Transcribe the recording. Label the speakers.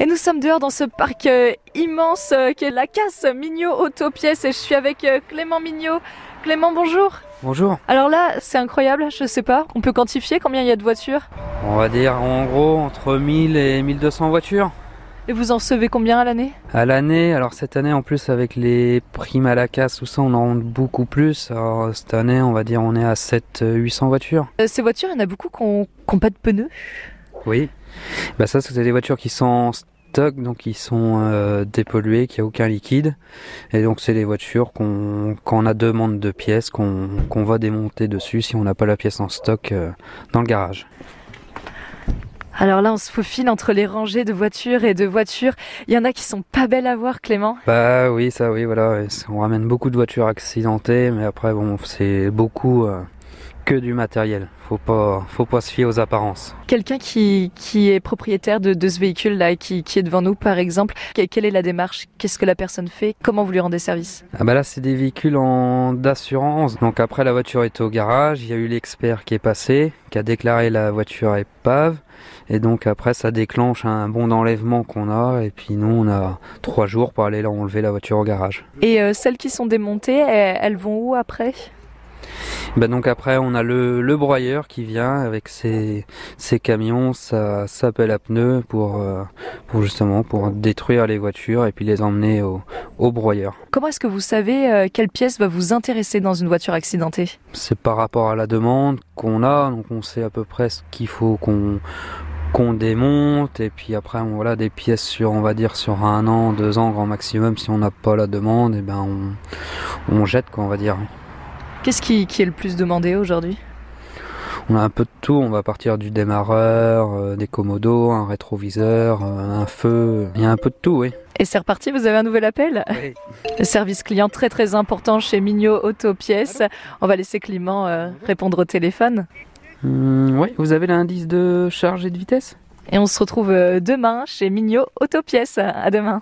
Speaker 1: Et nous sommes dehors dans ce parc euh, immense euh, qu'est la casse Mignot Autopièce et je suis avec euh, Clément Mignot. Clément, bonjour.
Speaker 2: Bonjour.
Speaker 1: Alors là, c'est incroyable, je sais pas, on peut quantifier combien il y a de voitures
Speaker 2: On va dire en gros entre 1000 et 1200 voitures
Speaker 1: et vous en recevez combien à l'année
Speaker 2: à l'année. Alors cette année en plus avec les primes à la casse, tout ça, on en rentre beaucoup plus. Alors cette année, on va dire on est à 700-800 voitures.
Speaker 1: Euh, Ces voitures, il y en a beaucoup qui n'ont pas de pneus.
Speaker 2: Oui. Bah ça, c'est des voitures qui sont en stock, donc qui sont euh, dépolluées, qui a aucun liquide. Et donc c'est des voitures qu'on, quand on a demande de pièces, qu'on, qu'on va démonter dessus si on n'a pas la pièce en stock euh, dans le garage.
Speaker 1: Alors là, on se faufile entre les rangées de voitures et de voitures. Il y en a qui sont pas belles à voir, Clément.
Speaker 2: Bah oui, ça oui, voilà. et c- On ramène beaucoup de voitures accidentées, mais après, bon, c'est beaucoup euh, que du matériel. Faut pas, faut pas se fier aux apparences.
Speaker 1: Quelqu'un qui, qui est propriétaire de, de ce véhicule-là, qui, qui est devant nous, par exemple, que- quelle est la démarche Qu'est-ce que la personne fait Comment vous lui rendez service
Speaker 2: Ah bah là, c'est des véhicules en d'assurance. Donc après, la voiture est au garage. Il y a eu l'expert qui est passé, qui a déclaré la voiture épave. Et donc après, ça déclenche un bon d'enlèvement qu'on a. Et puis nous, on a trois jours pour aller là enlever la voiture au garage.
Speaker 1: Et euh, celles qui sont démontées, elles, elles vont où après
Speaker 2: Ben donc après on a le, le broyeur qui vient avec ses, ses camions, sa, sa pelle à pneus pour, euh, pour justement pour détruire les voitures et puis les emmener au, au broyeur.
Speaker 1: Comment est-ce que vous savez euh, quelle pièce va vous intéresser dans une voiture accidentée
Speaker 2: C'est par rapport à la demande qu'on a, donc on sait à peu près ce qu'il faut qu'on qu'on démonte et puis après on voilà des pièces sur on va dire sur un an, deux ans grand maximum si on n'a pas la demande et ben on, on jette quoi on va dire.
Speaker 1: Qu'est-ce qui, qui est le plus demandé aujourd'hui
Speaker 2: On a un peu de tout, on va partir du démarreur, euh, des commodos, un rétroviseur, euh, un feu, il y a un peu de tout, oui.
Speaker 1: Et c'est reparti, vous avez un nouvel appel
Speaker 2: Oui.
Speaker 1: Service client très très important chez Mignot Autopièces. On va laisser Clément euh, répondre au téléphone.
Speaker 2: Hum, oui, vous avez l'indice de charge et de vitesse
Speaker 1: Et on se retrouve euh, demain chez Mignot Autopièces. À demain